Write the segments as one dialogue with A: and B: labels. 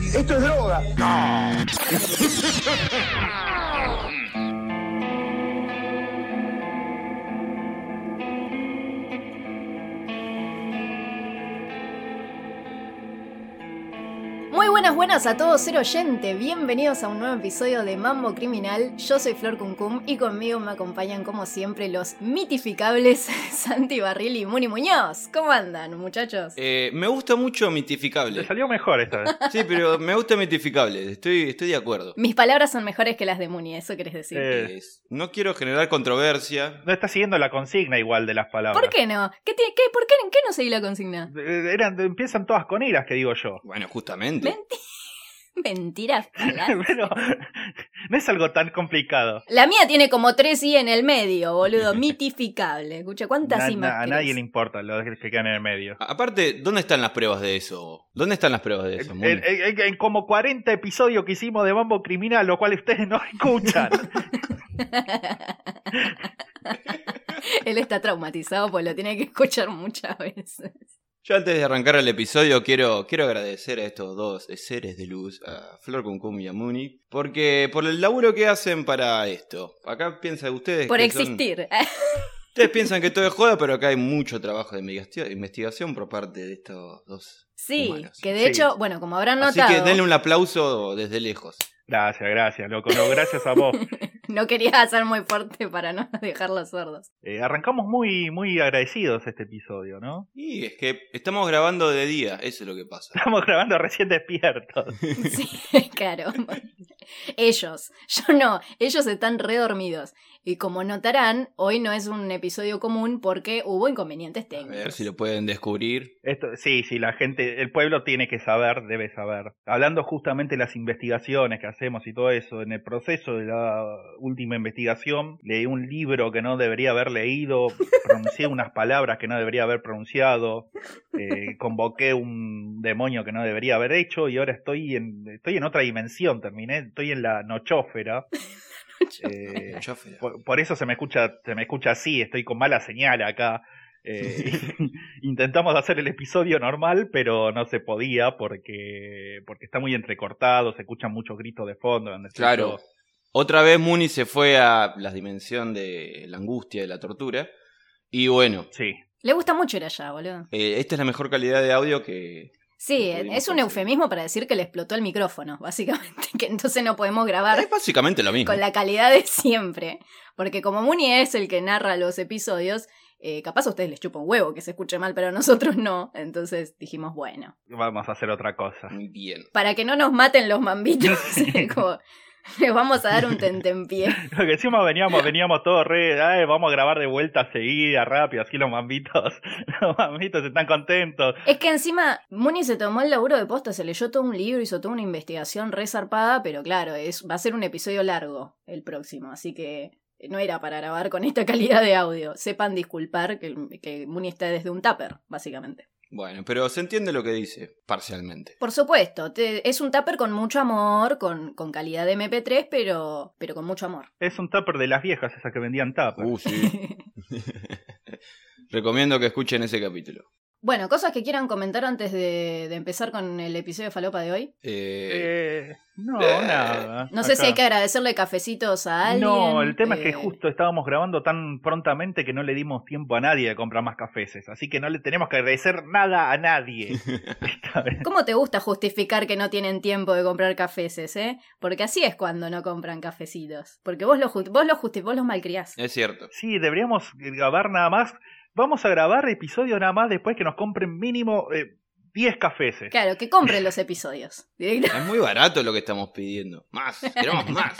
A: Esto es droga.
B: Muy buenas, buenas a todos, ser oyente. Bienvenidos a un nuevo episodio de Mambo Criminal. Yo soy Flor Cuncum y conmigo me acompañan, como siempre, los mitificables Santi Barril y Muni Muñoz. ¿Cómo andan, muchachos?
C: Eh, me gusta mucho
D: Le
C: mitificable.
D: salió mejor esta vez.
C: Sí, pero me gusta mitificable. Estoy, estoy de acuerdo.
B: Mis palabras son mejores que las de Muni, eso querés decir.
D: Eh,
C: Es- no quiero generar controversia.
D: No está siguiendo la consigna igual de las palabras.
B: ¿Por qué no? ¿Qué, tiene- qué- ¿Por qué, qué no seguí la consigna?
D: Eh, eran- empiezan todas con iras, que digo yo.
C: Bueno, justamente.
B: Menti- Mentiras. pagadas.
D: Pero no es algo tan complicado.
B: La mía tiene como tres I en el medio, boludo. Mitificable. Escucha, ¿cuántas
D: Na-
B: I
D: na-
B: más
D: a
B: querés?
D: nadie le importa los que quedan en el medio.
C: A- Aparte, ¿dónde están las pruebas de eso? ¿Dónde están las pruebas de
B: Eh,
C: eso?
D: En,
C: Muni?
D: en- en- en como 40 episodios que hicimos de Mambo Criminal, lo cual ustedes no escuchan.
B: Él está traumatizado porque lo tiene que escuchar muchas veces.
C: Yo antes de arrancar el episodio quiero, quiero agradecer a estos dos seres de luz, a Flor Cuncum y a Muni, porque por el laburo que hacen para esto. Acá piensan ustedes
B: Por
C: que son-
B: existir.
C: ustedes piensan que todo es joda, pero acá hay mucho trabajo de investiga- investigación por parte de estos dos.
B: Sí,
C: humanos.
B: que de
D: Sí.
B: hecho, bueno, como habrán
C: Así
B: notado,
C: que denle un aplauso desde lejos.
D: Gracias, gracias, loco. No, gracias a vos.
B: no quería hacer muy fuerte para no dejarlos sordos.
D: Eh, arrancamos muy, muy agradecidos este episodio, ¿no?
C: Y es que estamos grabando de día, eso es lo que pasa.
D: Estamos grabando recién despiertos.
B: Sí, claro. Ellos, yo no, ellos están redormidos. Y como notarán, hoy no es un episodio común porque hubo inconvenientes
C: A ver
B: técnicos.
C: si lo pueden descubrir.
D: Esto, sí, sí, la gente, el pueblo tiene que saber, debe saber. Hablando justamente de las investigaciones que hacemos y todo eso, en el proceso de la última investigación, leí un libro que no debería haber leído, pronuncié unas palabras que no debería haber pronunciado, eh, convoqué un demonio que no debería haber hecho y ahora estoy en, estoy en otra dimensión, terminé, estoy en la nochófera. Eh,
C: Yo, Fede.
D: por, por eso se me escucha, se me escucha así, estoy con mala señal acá. Eh, intentamos hacer el episodio normal, pero no se podía porque, porque está muy entrecortado, se escuchan muchos gritos de fondo. donde estoy
C: Claro.
D: yo.
C: Otra vez Muni se fue a la dimensión de la angustia, de la tortura. Y bueno,
D: Sí,
B: Le gusta mucho ir allá, boludo.
C: eh, esta es la mejor calidad de audio que...
B: Sí,
C: No pudimos
B: es un
C: conseguir.
B: eufemismo para decir que le explotó el micrófono, básicamente, que entonces no podemos grabar
C: Es básicamente lo mismo.
B: con la calidad de siempre. Porque como Muni es el que narra los episodios, eh, capaz a ustedes les chupa un huevo que se escuche mal, pero a nosotros no. Entonces dijimos, bueno,
D: vamos a hacer otra cosa.
C: Muy bien.
B: para que no nos maten los mambitos, como, les vamos a dar un tentempié.
D: Lo que encima veníamos, veníamos todos re, "Ay, vamos a grabar de vuelta seguida, rápido, así los mambitos, los mambitos están contentos.
B: Es que encima Muni se tomó el laburo de posta, se leyó todo un libro, hizo toda una investigación re zarpada, pero claro, es, va a ser un episodio largo el próximo, así que eh, no era para grabar con esta calidad de audio. Sepan disculpar que, que Muni está desde un tupper, básicamente.
C: Bueno, pero se entiende lo que dice, parcialmente.
B: Por supuesto, te- es un tupper con mucho amor, con, con calidad de MP3, pero, pero con mucho amor.
D: Es un tupper de las viejas, esas que vendían tupper.
C: Uh, sí. Recomiendo que escuchen ese capítulo.
B: Bueno, cosas que quieran comentar antes de, de empezar con el episodio de Falopa de hoy.
C: Eh,
D: Eh, no,
C: Eh,
D: nada.
B: No sé si
D: Acá.
B: hay que agradecerle cafecitos a alguien.
D: No, el tema es que
B: eh,
D: justo estábamos grabando tan prontamente que no le dimos tiempo a nadie de comprar más cafeses, así que no le tenemos que agradecer nada a nadie. Esta vez.
B: ¿Cómo te gusta justificar que no tienen tiempo de comprar cafeces, eh? Porque así es cuando no compran cafecitos. Porque vos los, ju- vos los, justi- vos los malcriás.
C: es cierto.
D: Sí, deberíamos grabar nada más. Vamos a grabar episodios nada más después que nos compren mínimo eh, 10 cafeses.
B: Claro, que compren los episodios. Directo.
C: Es muy barato lo que estamos pidiendo. Más, queremos más.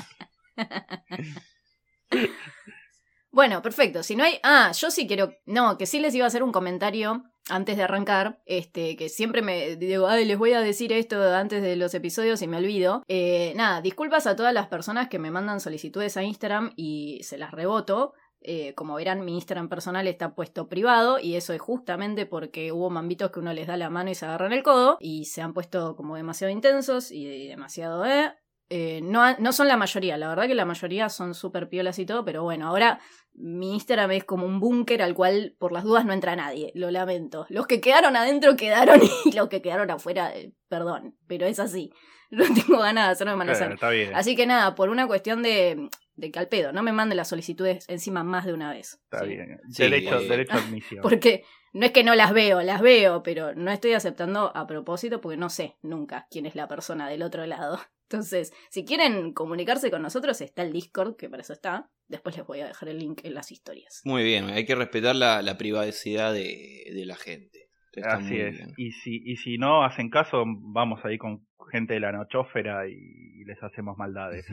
B: Bueno, perfecto. Si no hay. Ah, yo sí quiero. No, que sí les iba a hacer un comentario antes de arrancar. Este, que siempre me digo, ay, les voy a decir esto antes de los episodios y me olvido. Eh, nada, disculpas a todas las personas que me mandan solicitudes a Instagram y se las reboto. Eh, como verán, mi Instagram personal está puesto privado y eso es justamente porque hubo mambitos que uno les da la mano y se agarran el codo y se han puesto como demasiado intensos y demasiado, eh. eh, no, ha- no son la mayoría, la verdad que la mayoría son súper piolas y todo, pero bueno, ahora mi Instagram es como un búnker al cual por las dudas no entra nadie, lo lamento. Los que quedaron adentro quedaron y los que quedaron afuera, eh, perdón, pero es así. No tengo ganas de hacerme
D: Claro,
B: manosear.
D: Eh, está bien.
B: Así que nada, por una cuestión de, de que al pedo, no me manden las solicitudes encima más de una vez. ¿sí?
D: Está
B: Ah,
D: bien.
C: Sí,
D: derecho,
C: eh,
D: derecho a admisión.
B: Porque no es que no las veo, las veo, pero no estoy aceptando a propósito porque no sé nunca quién es la persona del otro lado. Entonces, si quieren comunicarse con nosotros, está el Discord, que para eso está. Después les voy a dejar el link en las historias.
C: Muy bien, hay que respetar la, la privacidad de, de la gente. Está
D: Así
C: muy
D: es.
C: bien.
D: Y si, y si no hacen caso, vamos ahí con gente de la nochófera y les hacemos maldades.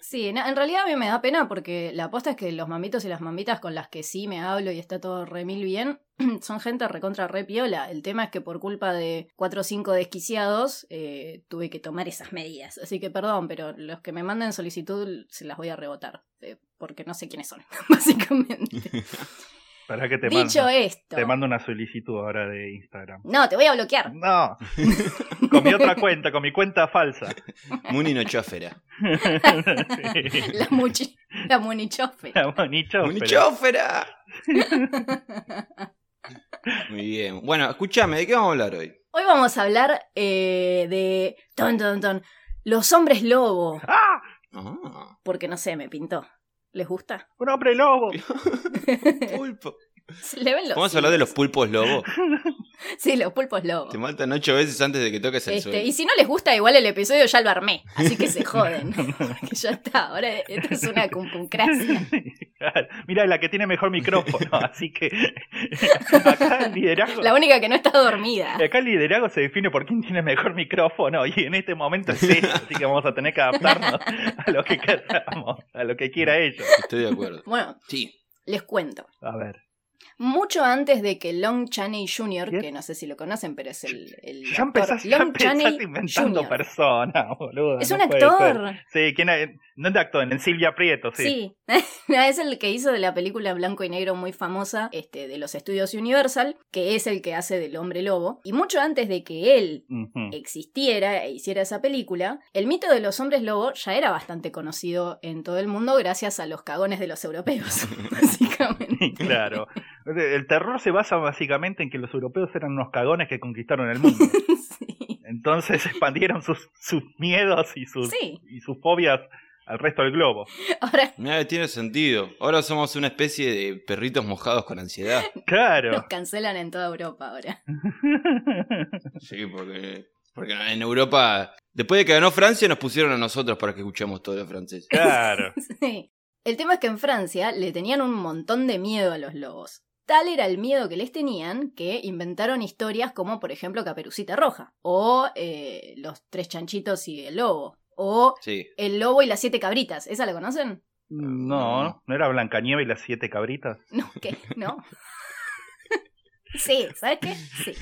B: Sí, na- en realidad a mí me da pena porque la aposta es que los mamitos y las mamitas con las que sí me hablo y está todo re mil bien, son gente recontra re piola. El tema es que por culpa de cuatro o cinco desquiciados eh, tuve que tomar esas medidas. Así que perdón, pero los que me manden solicitud se las voy a rebotar. eh, porque no sé quiénes son, básicamente.
D: Para que te
B: Dicho
D: mando,
B: esto.
D: te mando una solicitud ahora de Instagram.
B: No, te voy a bloquear.
D: No, con mi otra cuenta, con mi cuenta falsa.
C: Muni Nochófera.
D: Sí.
B: la muchi, la munichofe.
D: La monichófera.
C: ¡Muni Chófera! Muy bien. Bueno, escúchame, ¿de qué vamos a hablar hoy?
B: Hoy vamos a hablar eh, de. Ton, ton, ton. Los hombres lobo.
D: ¡Ah!
C: Ah,
B: porque no sé, me pintó. ¿Les gusta?
D: ¡Un hombre lobo!
C: pulpo.
B: Se le ven los
C: Vamos a hablar de los pulpos lobo.
B: cines. Sí, los pulpos lobos.
C: Te matan ocho veces antes de que toques el
B: Este,
C: suelo.
B: y si no les gusta, igual el episodio ya lo armé. Así que se joden. Porque ya está. Ahora esto es una cumpuncracia.
D: Mira, la que tiene mejor micrófono, así que acá el liderazgo.
B: La única que no está dormida.
D: Acá el liderazgo se define por quién tiene mejor micrófono y en este momento es ella, así que vamos a tener que adaptarnos a lo que queramos, a lo que quiera ella.
C: Estoy de acuerdo.
B: Bueno,
C: Sí.
B: les cuento.
D: A ver,
B: Mucho antes de que Long Chaney Jr.,
D: Bien.
B: que no sé si lo conocen, pero es el. el
D: ya
B: actor
D: empezás, ya
B: Lon
D: empezás
B: Chaney
D: inventando
B: Jr..
D: personas, boludo.
B: Es
D: no
B: un
D: puede ser.
B: actor.
D: Sí, ¿quién es? ¿dónde actuó? En Silvia Prieto, sí.
B: Sí, es el que hizo de la película Blanco y Negro muy famosa este, de los estudios Universal, que es el que hace del hombre lobo. Y mucho antes de que él
D: Ujú.
B: existiera e hiciera esa película, el mito de los hombres lobo ya era bastante conocido en todo el mundo gracias a los cagones de los europeos, básicamente.
D: Claro. El terror se basa básicamente en que los europeos eran unos cagones que conquistaron el mundo.
B: Sí.
D: Entonces expandieron sus, sus miedos y sus,
B: Sí.
D: y sus fobias al resto del globo.
B: ahora
C: Mira, tiene sentido. Ahora somos una especie de perritos mojados con ansiedad.
D: Claro.
B: los cancelan en toda Europa ahora.
C: Sí, porque, porque en Europa, después de que ganó Francia, nos pusieron a nosotros para que escuchemos todo lo francés.
D: Claro.
B: Sí. El tema es que en Francia le tenían un montón de miedo a los lobos. Tal era el miedo que les tenían que inventaron historias como, por ejemplo, Caperucita Roja, o eh, Los Tres Chanchitos y el Lobo, o
C: Sí.
B: El Lobo y las Siete Cabritas. ¿Esa la conocen?
D: No, ¿no era Blancanieve y las siete cabritas?
B: No, ¿qué? ¿No? Sí, ¿sabes qué? Sí.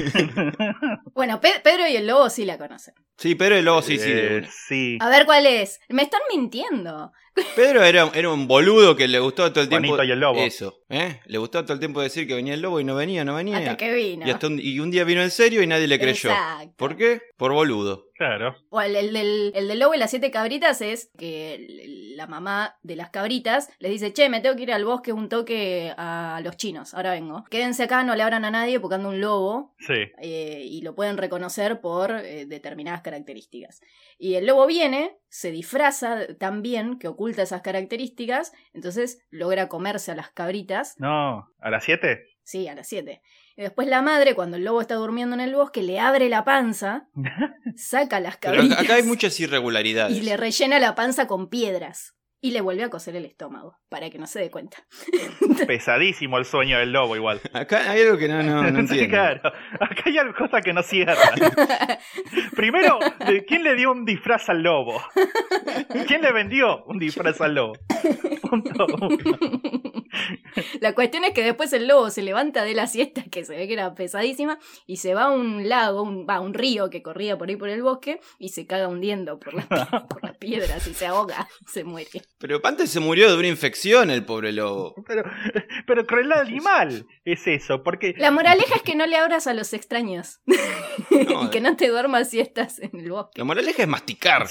B: Bueno, Pe- Pedro y el Lobo sí la conocen.
C: Sí, Pedro el Lobo, Oh, sí, sí. de
D: Eh,
C: una.
D: sí.
B: A ver cuál es. Me están mintiendo.
C: Pedro era, era un boludo que le gustó todo el tiempo.
D: Juanito y el lobo.
C: Eso, ¿eh? Le gustó todo el tiempo decir que venía el lobo y no venía, no venía.
B: Hasta que vino.
C: y, hasta un, y un día vino en serio y nadie le creyó.
B: Exacto.
C: ¿Por qué? Por boludo.
D: Claro.
B: O el, el del, el del lobo y las siete cabritas es que el- la mamá de las cabritas les dice, che, me tengo que ir al bosque un toque a los chinos, ahora vengo. Quédense acá, no le abran a nadie porque anda un lobo
D: Sí.
B: eh, y lo pueden reconocer por eh, determinadas características. Y el lobo viene, se disfraza tan bien que oculta esas características, entonces logra comerse a las cabritas
D: No. ¿A las siete?
B: Sí, a las 7. Y después la madre, cuando el lobo está durmiendo en el bosque, le abre la panza, saca las
C: Pero
B: cabritas
C: acá, acá hay muchas irregularidades.
B: y le rellena la panza con piedras. Y le vuelve a coser el estómago, para que no se dé cuenta.
D: Pesadísimo el sueño del lobo igual.
C: Acá hay algo que no, no, no
D: Sí,
C: entiendo.
D: claro. Acá hay algo cosa que no cierra. Primero, ¿de ¿quién le dio un disfraz al lobo? ¿Quién le vendió un disfraz al lobo? Punto uno.
B: la cuestión es que después el lobo se levanta de la siesta, que se ve que era pesadísima, y se va a un lago, un, va a un río que corría por ahí por el bosque, y se caga hundiendo por las, pi- por las piedras y se ahoga, se muere.
C: Pero antes se murió de una dirección el pobre lobo.
D: Pero, pero crueldad animal es eso, porque
B: La moraleja es que no le abras a los extraños. y
C: No,
B: que no te duermas si estás en el bosque.
C: La moraleja es masticar.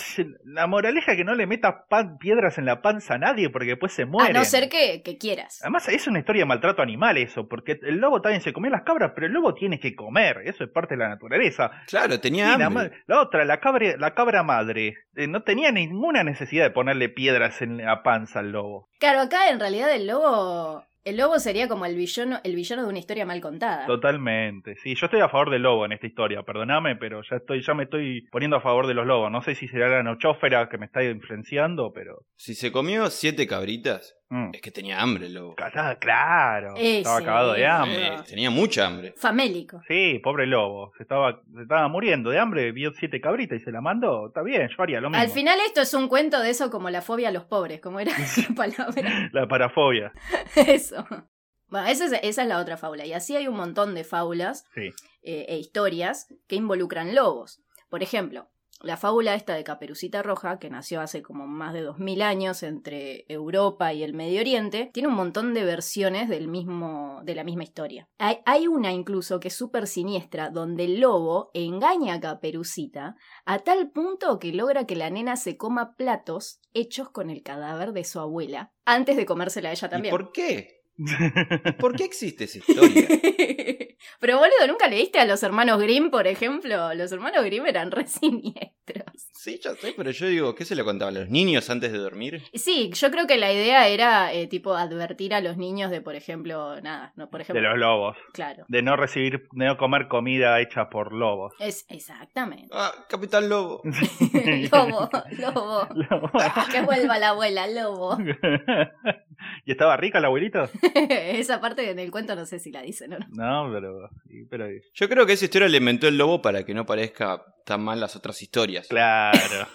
D: la moraleja es que no le metas pan- piedras en la panza a nadie porque después se
B: A
D: muere.
B: no ser que, que quieras.
D: Además es una historia de maltrato animal eso, porque el lobo también se comió las cabras, pero el lobo tiene que comer, eso es parte de la naturaleza.
C: Claro, tenía
D: Y la,
C: hambre.
D: ma- la otra, la cabra, la cabra madre, eh, no tenía ninguna necesidad de ponerle piedras en la panza al lobo.
B: Claro, acá en realidad el lobo. El lobo sería como el villano, el villano de una historia mal contada.
D: Totalmente. Sí, yo estoy a favor del lobo en esta historia, perdoname, pero ya estoy ya me estoy poniendo a favor de los lobos. No sé si será la nochófera que me está influenciando, pero
C: Si se comió siete cabritas,
D: mm.
C: es que tenía hambre el lobo.
D: Estaba claro,
B: Eh,
D: estaba
B: sí.
D: cagado de hambre.
C: Eh, tenía mucha hambre.
B: Famélico.
D: Sí, pobre lobo, se estaba, se estaba muriendo de hambre, vio siete cabritas y se la mandó. Está bien, yo haría lo mismo.
B: Al final esto es un cuento de eso como la fobia a los pobres, como era la palabra.
D: La parafobia.
B: Eso. Bueno, esa es, esa es la otra fábula. Y así hay un montón de fábulas
D: Sí.
B: eh, e historias que involucran lobos. Por ejemplo, la fábula esta de Caperucita Roja, que nació hace como más de 2000 años entre Europa y el Medio Oriente, tiene un montón de versiones del mismo, de la misma historia. Hay, hay una incluso que es súper siniestra, donde el lobo engaña a Caperucita a tal punto que logra que la nena se coma platos hechos con el cadáver de su abuela, antes de comérsela a ella
C: ¿Y
B: también.
C: por qué? ¿Por qué existe esa historia?
B: Pero boludo, ¿nunca leíste a los hermanos Grimm, por ejemplo? Los hermanos Grimm eran re siniestros.
C: Sí, ya sé, pero yo digo, ¿qué se le contaba a los niños antes de dormir?
B: Sí, yo creo que la idea era eh, tipo advertir a los niños de, por ejemplo, nada, no, por
D: de
B: ejemplo,
D: los lobos.
B: claro.
D: De no recibir, de no comer comida hecha por lobos.
B: Es exactamente.
C: Ah, Capitán Lobo.
B: lobo, lobo.
D: Lobo.
B: Que vuelva la abuela, lobo.
D: ¿Y estaba rica la abuelita?
B: Esa parte en el cuento no sé si la dicen o no.
D: No, pero, y- pero
C: Yo creo que esa historia le inventó el lobo para que no parezca tan mal las otras historias.
D: claro.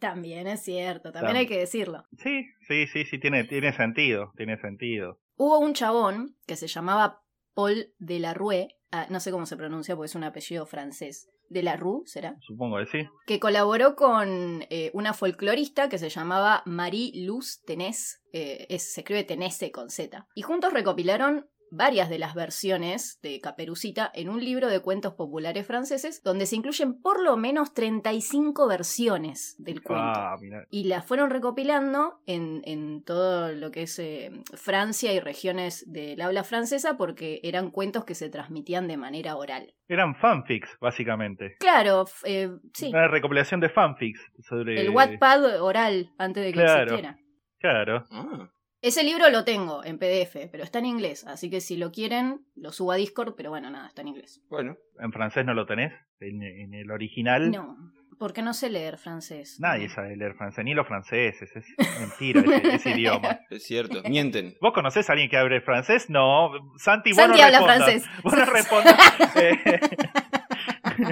B: También es cierto, también
D: Tam-
B: hay que decirlo.
D: Sí, sí, sí, sí, tiene, tiene sentido, tiene sentido.
B: Hubo un chabón que se llamaba Paul Delarue, ah, no sé cómo se pronuncia porque es un apellido francés. Delarue, ¿será?
D: Supongo que sí.
B: que colaboró con eh, una folclorista que se llamaba Marie Luz Tenés, eh, es- se escribe Tenese con Z, y juntos recopilaron varias de las versiones de Caperucita en un libro de cuentos populares franceses donde se incluyen por lo menos 35 versiones del cuento.
D: Ah, mira.
B: Y las fueron recopilando en, en todo lo que es eh, Francia y regiones del habla francesa porque eran cuentos que se transmitían de manera oral.
D: Eran fanfics, básicamente.
B: Claro, f- eh, sí.
D: Una recopilación de fanfics sobre.
B: El Wattpad oral, antes de que
D: Claro.
B: existiera.
D: Claro.
C: Ah,
B: Ese libro lo tengo en PDF, pero está en inglés, así que si lo quieren, lo subo a Discord, pero bueno, nada, está en inglés.
C: bueno.
D: ¿En francés no lo tenés? ¿En, en el original?
B: No, porque no sé leer francés.
D: Nadie sabe leer francés, ni los franceses. Es mentira ese, ese idioma.
C: Es cierto, mienten.
D: ¿Vos conocés a alguien que hable francés? No. Santi, vos
B: Santi
D: no
B: habla
D: respondas.
B: francés.
D: Vos no respondas. Eh,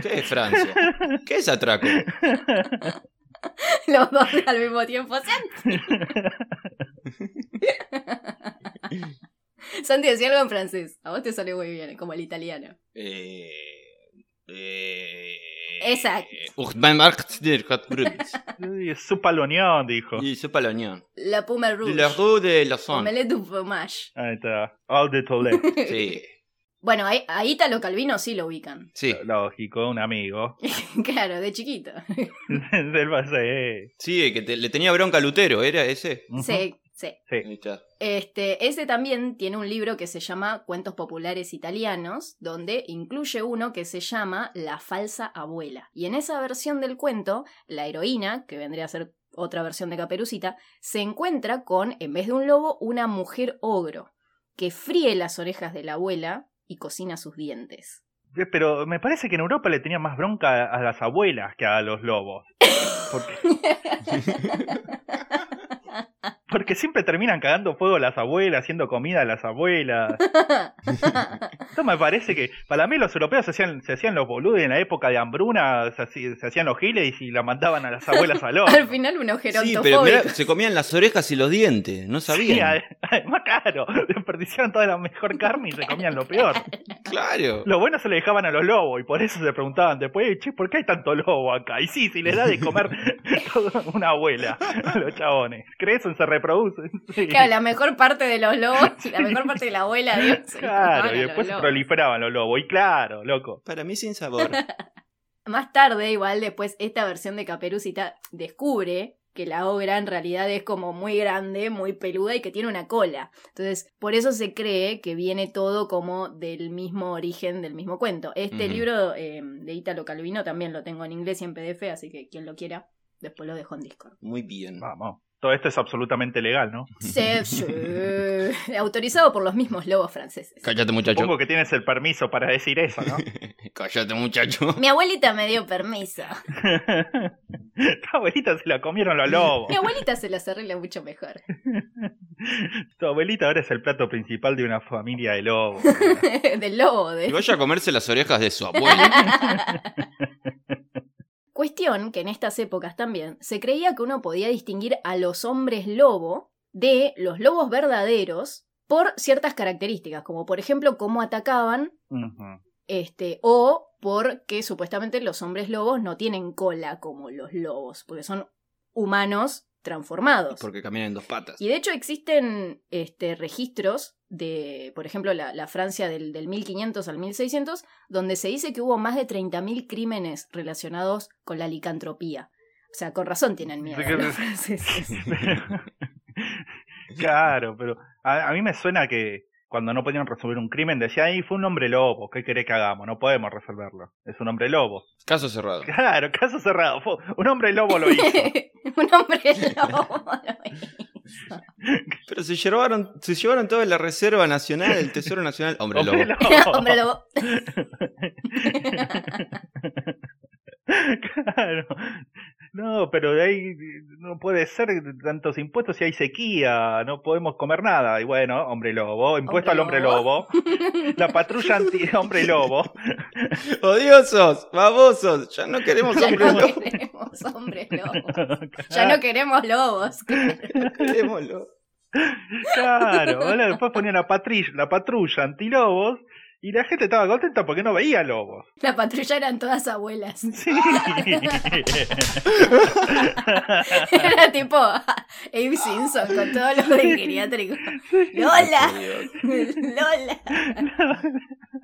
C: ¿Qué es Francia? ¿Qué es atraco?
B: Los dos al mismo tiempo. Santi. Santi decía algo en francés. A vos te sale muy bien, como el italiano.
C: Eh, eh,
B: Exacto.
C: Urbanmarkt der Katbrudels.
D: Supa l'unión, dijo.
C: Y sopa la unión.
B: La Puma Rouge.
C: La rue de la zone.
B: Omelette du fromage.
D: Ahí está. All de Toledo.
C: Sí,
B: Bueno, ahí- a Italo Calvino sí lo ubican.
C: sí.
D: Lógico, un amigo.
B: Claro, de chiquito.
D: Del base.
C: Sí, el que te- le tenía bronca a Lutero, ¿era ese?
B: Sí, sí.
C: Ahí está.
B: Este, ese también tiene un libro que se llama Cuentos Populares Italianos, donde incluye uno que se llama La falsa abuela. Y en esa versión del cuento, la heroína, que vendría a ser otra versión de Caperucita, se encuentra con, en vez de un lobo, una mujer ogro, que fríe las orejas de la abuela y cocina sus dientes.
D: Pero me parece que en Europa le tenían más bronca a las abuelas que a los lobos. Porque, porque siempre terminan cagando fuego a las abuelas, haciendo comida a las abuelas. Esto me parece que para mí los europeos se hacían, se hacían los boludos y en la época de hambruna, se, haci- se hacían los giles y la mandaban a las abuelas al horno.
B: Al final un
C: Sí,
B: ojerontofóbico.
C: pero mirá, se comían las orejas y los dientes, no
D: Sí,
C: sabían.
D: ad- además, claro, desperdiciaron toda la mejor carne y se comían lo peor.
C: Claro.
D: Los buenos se le dejaban a los lobos y por eso se preguntaban después, che, ¿por qué hay tanto lobo acá? Y sí, si les da de comer toda una abuela a los chabones. Crecen, se reproducen. sí.
B: Claro, la mejor parte de los lobos, la mejor parte de la abuela. Dios, se la
D: Claro,
B: tomaban a
D: y
B: los
D: después se
B: lobos.
D: proliferaban los lobos. Y claro, loco.
C: Para mí sin sabor.
B: Más tarde, igual después, esta versión de Caperucita descubre que la obra en realidad es como muy grande, muy peluda y que tiene una cola. Entonces, por eso se cree que viene todo como del mismo origen, del mismo cuento. Este
C: Ujú.
B: libro eh, de Italo Calvino también lo tengo en inglés y en PDF, así que quien lo quiera, después lo dejo en Discord.
C: Muy bien.
D: Vamos. Todo esto es absolutamente legal, ¿no?
B: Se- sí. Autorizado por los mismos lobos franceses.
C: Cállate muchacho.
D: Supongo que tienes el permiso para decir eso, ¿no?
C: Cállate muchacho.
B: Mi abuelita me dio permiso.
D: tu abuelita se la comieron los lobos.
B: Mi abuelita se las arregla mucho mejor.
D: Tu abuelita ahora es el plato principal de una familia de lobos.
B: Del lobo,
D: ¿Eh?
B: de...
C: Y vaya a comerse las orejas de su abuelo.
B: Cuestión que en estas épocas también se creía que uno podía distinguir a los hombres lobo de los lobos verdaderos por ciertas características, como por ejemplo cómo atacaban,
D: Ujú.
B: este, o porque supuestamente los hombres lobos no tienen cola como los lobos, porque son humanos transformados.
C: Porque caminan en dos patas.
B: Y de hecho existen este, registros de, por ejemplo, la, la Francia del, del 1500 al 1600, donde se dice que hubo más de 30.000 crímenes relacionados con la licantropía. O sea, con razón tienen miedo.
D: Sí, que-
B: los franceses.
D: claro, pero a, a mí me suena que cuando no podían resolver un crimen decía, ahí fue un hombre lobo, ¿qué querés que hagamos? No podemos resolverlo. Es un hombre lobo.
C: Caso cerrado.
D: Claro, caso cerrado. Fue- Un hombre lobo lo hizo.
B: Un hombre lobo. lo hizo.
C: Pero se llevaron, se llevaron toda la Reserva Nacional, el Tesoro Nacional. Hombre lobo.
D: Hombre lobo.
B: hombre lobo.
D: Claro. No, pero de ahí no puede ser tantos impuestos si hay sequía, no podemos comer nada. Y bueno, hombre lobo, impuesto
B: Hombre
D: al hombre lobo. La patrulla anti hombre lobo.
C: ¡Odiosos! ¡Babosos! Ya no queremos
B: Ya
C: hombres
B: no
C: lobos.
B: queremos hombres lobos. Ya no queremos lobos.
C: no queremos lobos.
D: Claro, boludo. después ponían la patrulla, la patrulla antilobos y la gente estaba contenta porque no veía lobos.
B: La patrulla eran todas abuelas.
D: Sí.
B: Era tipo Abe Simpson con todo lo de geriátrico.
C: Ay,
B: Lola,
C: por Dios.
B: Lola.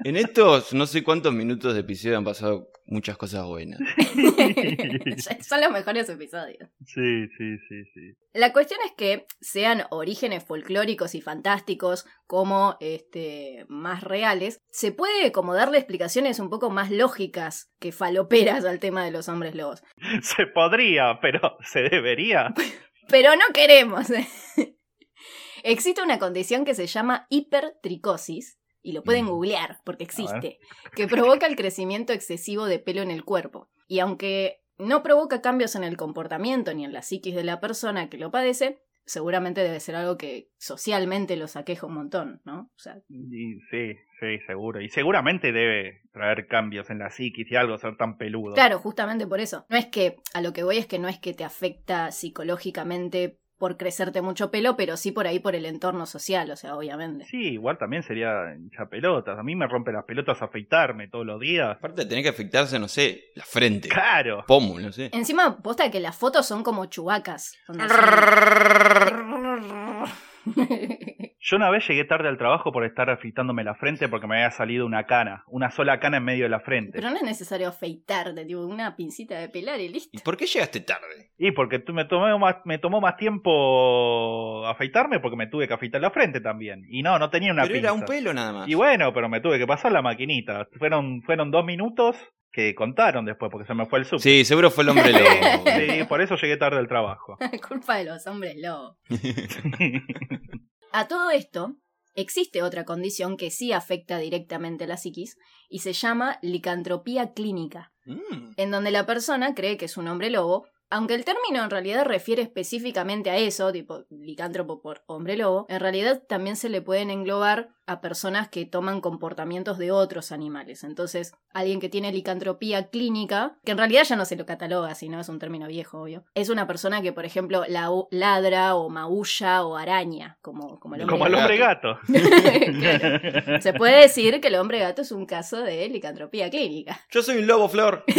C: En estos no sé cuántos minutos de episodio han pasado muchas cosas buenas.
B: Son los mejores episodios.
D: Sí, sí, sí, sí.
B: La cuestión es que sean orígenes folclóricos y fantásticos como este más reales, se puede como darle explicaciones un poco más lógicas que faloperas al tema de los hombres lobos.
D: Se podría, pero se debería.
B: Pero no queremos. Existe una condición que se llama hipertricosis, y lo pueden
C: Mm.
B: googlear porque existe, que provoca el crecimiento excesivo de pelo en el cuerpo. Y aunque no provoca cambios en el comportamiento ni en la psiquis de la persona que lo padece, seguramente debe ser algo que socialmente lo saqueja un montón, ¿no? O sea,
D: Y sí, sí, seguro. Y seguramente debe traer cambios en la psiquis y algo ser tan peludo.
B: Claro, justamente por eso. No es que, a lo que voy es que no es que te afecta psicológicamente por crecerte mucho pelo, pero sí por ahí por el entorno social, o sea, obviamente.
D: Sí, igual también sería hincha pelotas. A mí me rompe las pelotas afeitarme todos los días.
C: Aparte de tener que afectarse, no sé, la frente,
D: Claro.
C: pómulo, no sé.
B: Encima, posta que las fotos son como chubacas.
D: Yo una vez llegué tarde al trabajo por estar afeitándome la frente porque me había salido una cana, una sola cana en medio de la frente.
B: Pero no es necesario afeitarte, tipo una pincita de pelar y listo.
C: ¿Y por qué llegaste tarde?
D: Y porque tú- me, tomé más, me tomó más tiempo afeitarme porque me tuve que afeitar la frente también. Y no, no tenía una
C: Pero era un
D: pinza.
C: pelo nada más.
D: Y bueno, pero me tuve que pasar la maquinita. Fueron, fueron dos minutos que contaron después porque se me fue el sub.
C: Sí, seguro fue el hombre lobo.
D: Sí, por eso llegué tarde al trabajo.
B: Culpa de los hombres lobo. A todo esto, existe otra condición que sí afecta directamente a la psiquis y se llama licantropía clínica,
C: Mm.
B: en donde la persona cree que es un hombre lobo Aunque el término en realidad refiere específicamente a eso, tipo licántropo por hombre lobo, en realidad también se le pueden englobar a personas que toman comportamientos de otros animales. Entonces, alguien que tiene licantropía clínica, que en realidad ya no se lo cataloga, sino es un término viejo, obvio, es una persona que, por ejemplo, la- ladra o maulla o araña, como, como el hombre
D: Como el hombre gato.
B: Claro. Se puede decir que el hombre gato es un caso de licantropía clínica.
C: Yo soy un lobo, Flor.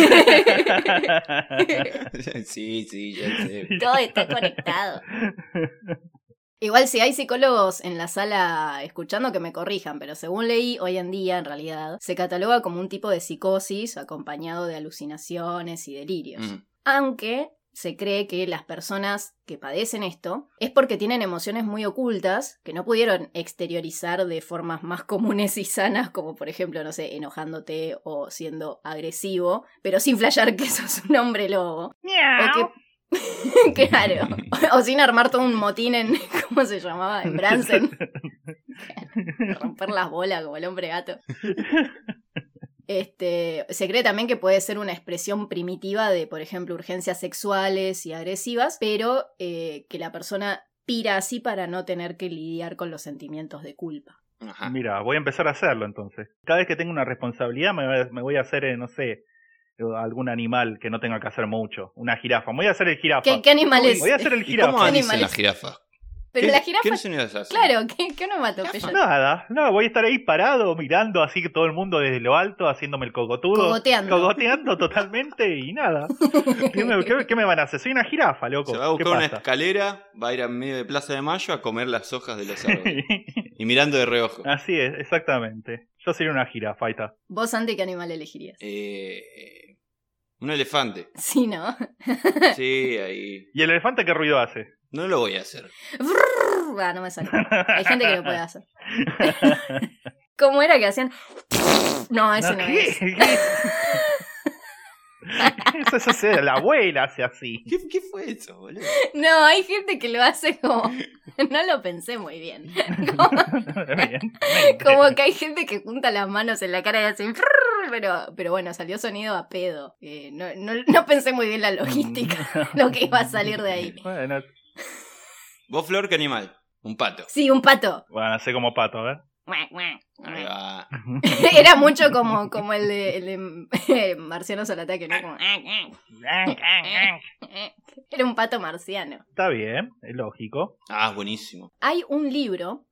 C: sí, sí, ya sé.
B: Todo está conectado. Igual si hay psicólogos en la sala escuchando que me corrijan, pero según leí, hoy en día en realidad se cataloga como un tipo de psicosis acompañado de alucinaciones y delirios.
C: Mm.
B: Aunque se cree que las personas que padecen esto es porque tienen emociones muy ocultas que no pudieron exteriorizar de formas más comunes y sanas, como por ejemplo, no sé, enojándote o siendo agresivo, pero sin flashear que sos un hombre lobo. O que- claro. O, o sin armar todo un motín en. ¿Cómo se llamaba? En Bransen. Romper las bolas como el hombre gato. Este, se cree también que puede ser una expresión primitiva de, por ejemplo, urgencias sexuales y agresivas, pero eh, que la persona pira así para no tener que lidiar con los sentimientos de culpa.
C: Ajá.
D: Mira, voy a empezar a hacerlo entonces. Cada vez que tengo una responsabilidad me, voy a- me voy a hacer, eh, no sé, algún animal que no tenga que hacer mucho. Una jirafa. Me voy a hacer el jirafa.
B: ¿Qué, qué animal es?
D: Voy a hacer el
C: ¿Y cómo
D: jirafa.
B: animal?
C: dicen las jirafas?
B: Pero
C: ¿Qué-
B: la jirafa,
C: ¿Qué sonidos hacen?
B: claro, ¿qué, qué onomatopeya?
D: Nada, no, voy a estar ahí parado, mirando así que todo el mundo desde lo alto, haciéndome el cocotudo.
B: Cogoteando.
D: Cogoteando totalmente y nada. ¿Qué me, qué- qué me van a hacer? Soy una jirafa, loco.
C: Se va a buscar
D: ¿Qué
C: una
D: pasa?
C: escalera, va a ir a medio de Plaza de Mayo a comer las hojas de los árboles. y mirando de reojo.
D: Así es, exactamente. Yo sería una jirafa, ahí está.
B: ¿Vos, Santi, qué animal elegirías?
C: Eh, eh, un elefante.
B: Sí, ¿no?
C: Sí, ahí.
D: ¿Y el elefante qué ruido hace?
C: No lo voy a hacer.
B: Ah, no me sale. Hay gente que lo puede hacer. ¿Cómo era que hacían? No, Ah, ese no,
D: ¿qué?
B: es.
D: ¿Qué? Eso, eso se- la abuela hace así.
C: ¿Qué, qué fue eso, boludo?
B: No, hay gente que lo hace como. No lo pensé muy bien.
D: Evidentemente.
B: Como que hay gente que junta las manos en la cara y hacen. Pero, pero bueno, salió sonido a pedo. Eh, no, no- no pensé muy bien la
D: Mm.
B: logística, lo que iba a salir de ahí.
D: Bueno,
C: ¿Vos, Flor, qué animal? Un pato.
B: Sí, un pato.
D: bueno, sé como pato, a ver.
C: Ahí va.
B: Era mucho como, como el de, eh, el de Marcianos al ataque, ¿no? Como- eh, Era un pato marciano.
D: Está bien, es lógico.
C: Ah, buenísimo.
B: Hay un libro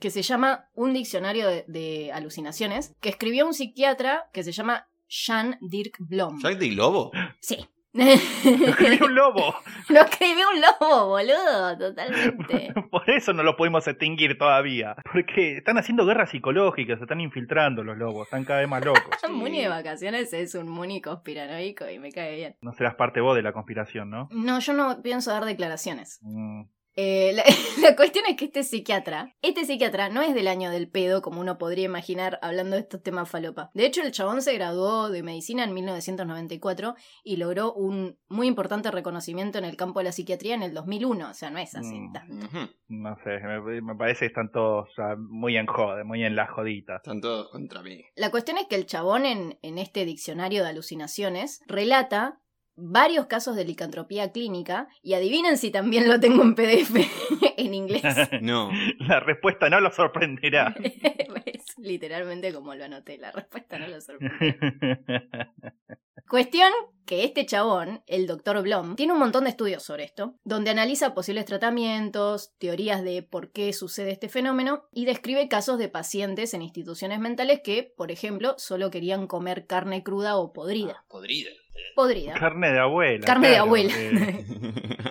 B: que se llama Un diccionario de, de alucinaciones que escribió un psiquiatra que se llama Jean Dirk Blom.
C: ¿Jack de Lobo?
B: Sí.
D: Escribí un lobo.
B: Lo escribió un lobo, boludo, totalmente.
D: Por eso no lo pudimos extinguir todavía. Porque están haciendo guerras psicológicas, se están infiltrando los lobos, están cada vez más locos.
B: Muni de vacaciones es un Muni conspiranoico y me cae bien.
D: No serás parte vos de la conspiración, ¿no?
B: No, yo no pienso dar declaraciones.
D: Mm,
B: Eh, la, la cuestión es que este psiquiatra, este psiquiatra no es del año del pedo, como uno podría imaginar hablando de estos temas falopa. De hecho, el chabón se graduó de medicina en 1994 y logró un muy importante reconocimiento en el campo de la psiquiatría en el 2001. O sea, no es así.
D: Mm.
B: tan-
C: Ujú.
D: no sé, me, me parece que están todos ah, muy en joda, muy en la jodita.
C: Están todos contra mí.
B: La cuestión es que el chabón en, en este diccionario de alucinaciones relata varios casos de licantropía clínica y adivinen si también lo tengo en PDF en inglés.
C: No.
D: La respuesta no lo sorprenderá.
B: es literalmente como lo anoté, la respuesta no lo sorprende. Cuestión que este chabón, el doctor Blom, tiene un montón de estudios sobre esto, donde analiza posibles tratamientos, teorías de por qué sucede este fenómeno y describe casos de pacientes en instituciones mentales que, por ejemplo, solo querían comer carne cruda o podrida.
C: Podrida.
B: Podrida.
D: Carne de abuela.
B: Carne de
D: claro,
B: abuela.
D: eh,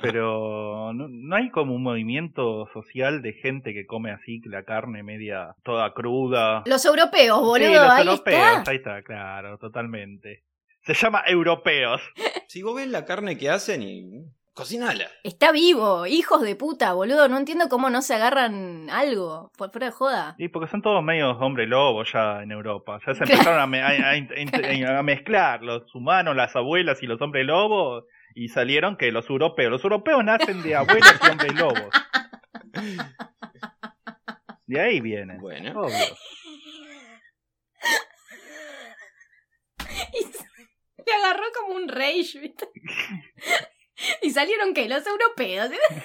D: pero no, no hay como un movimiento social de gente que come así la carne media toda cruda.
B: Los europeos, boludo,
D: Sí, los
B: ahí
D: europeos,
B: está.
D: ahí está, claro, totalmente. Se llama europeos.
C: si vos ves la carne que hacen y. Cocinala.
B: Está vivo, hijos de puta, boludo. No entiendo cómo no se agarran algo. Fu- Fuera de joda.
D: Y porque son todos medios hombre lobo ya en Europa. Ya se empezaron a, me- a- a- a- a mezclar los humanos, las abuelas y los hombres lobos. Y salieron que los europeos. Los europeos nacen de abuelas y hombres lobos. De ahí vienen.
C: Bueno.
D: Obvio.
B: Y se- le agarró como un rage, ¿viste? salieron qué? Los europeos.
D: Pero-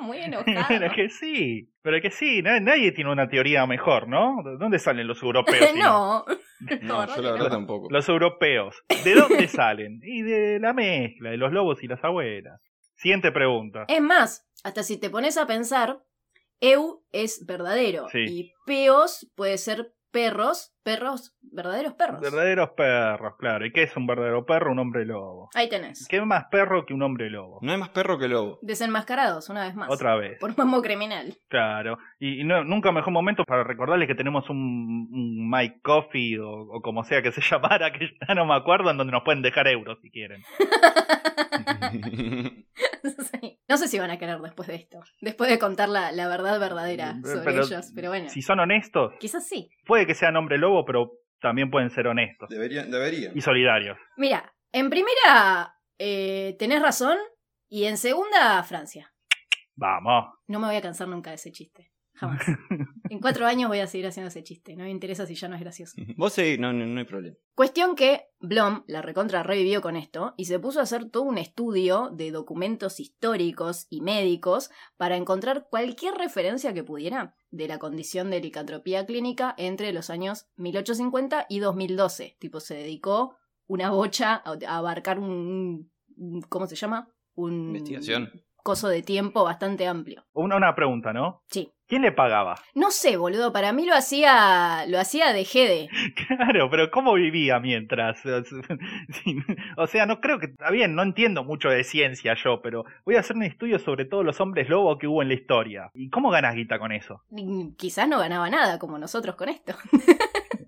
B: Muy
D: Pero
B: enojado.
D: que sí, pero que sí, na- nadie tiene una teoría mejor, ¿no? ¿De ¿Dónde salen los europeos? si
B: no.
C: No, yo la verdad tampoco.
D: Los europeos. ¿De dónde salen? Y de la mezcla, de los lobos y las abuelas. Siguiente pregunta.
B: Es más, hasta si te pones a pensar, eu es verdadero.
D: Sí.
B: Y peos puede ser perros, perros, verdaderos perros.
D: Verdaderos perros, claro. ¿Y qué es un verdadero perro? Un hombre lobo.
B: Ahí tenés.
D: ¿Qué más perro que un hombre lobo?
C: No hay más perro que lobo.
B: Desenmascarados, una vez más.
D: Otra vez,
B: Por mambo criminal.
D: claro. Y, y no- nunca mejor momento para recordarles que tenemos un, un Mike Coffee o, o como sea que se llamara, que ya no me acuerdo, en donde nos pueden dejar euros si quieren.
B: Sí. No sé si van a querer después de esto. Después de contar la, la verdad verdadera sobre
D: Mm, Pero-
B: ellos. Pero bueno,
D: Si son honestos,
B: quizás sí.
D: puede que sean hombre lobo, pero también pueden ser honestos
C: Deberían, deberían.
D: y solidarios.
B: Mira, en primera, eh, tenés razón. Y en segunda, Francia.
D: Vamos.
B: No me voy a cansar nunca de ese chiste. Jamás. En cuatro años voy a seguir haciendo ese chiste. No me interesa si ya no es gracioso.
C: Vos seguís, no, no, no hay problema.
B: Cuestión que Blom la recontra revivió con esto y se puso a hacer todo un estudio de documentos históricos y médicos para encontrar cualquier referencia que pudiera de la condición de licantropía clínica entre los años 1850 y 2012. Tipo, se dedicó una bocha a a abarcar un... un- ¿Cómo se llama?
C: Mm.
B: Un...
C: Investigación.
B: Coso de tiempo bastante amplio.
D: Una, una pregunta, ¿no?
B: Sí.
D: ¿Quién le pagaba?
B: No sé, boludo, para mí lo hacía... Lo hacía de jede.
D: Claro, pero ¿cómo vivía mientras? Sí, O sea, no creo que... Está bien, no entiendo mucho de ciencia yo, pero voy a hacer un estudio sobre todos los hombres lobo que hubo en la historia. ¿Y cómo ganas guita con eso?
B: Y Quizás no ganaba nada como nosotros con esto.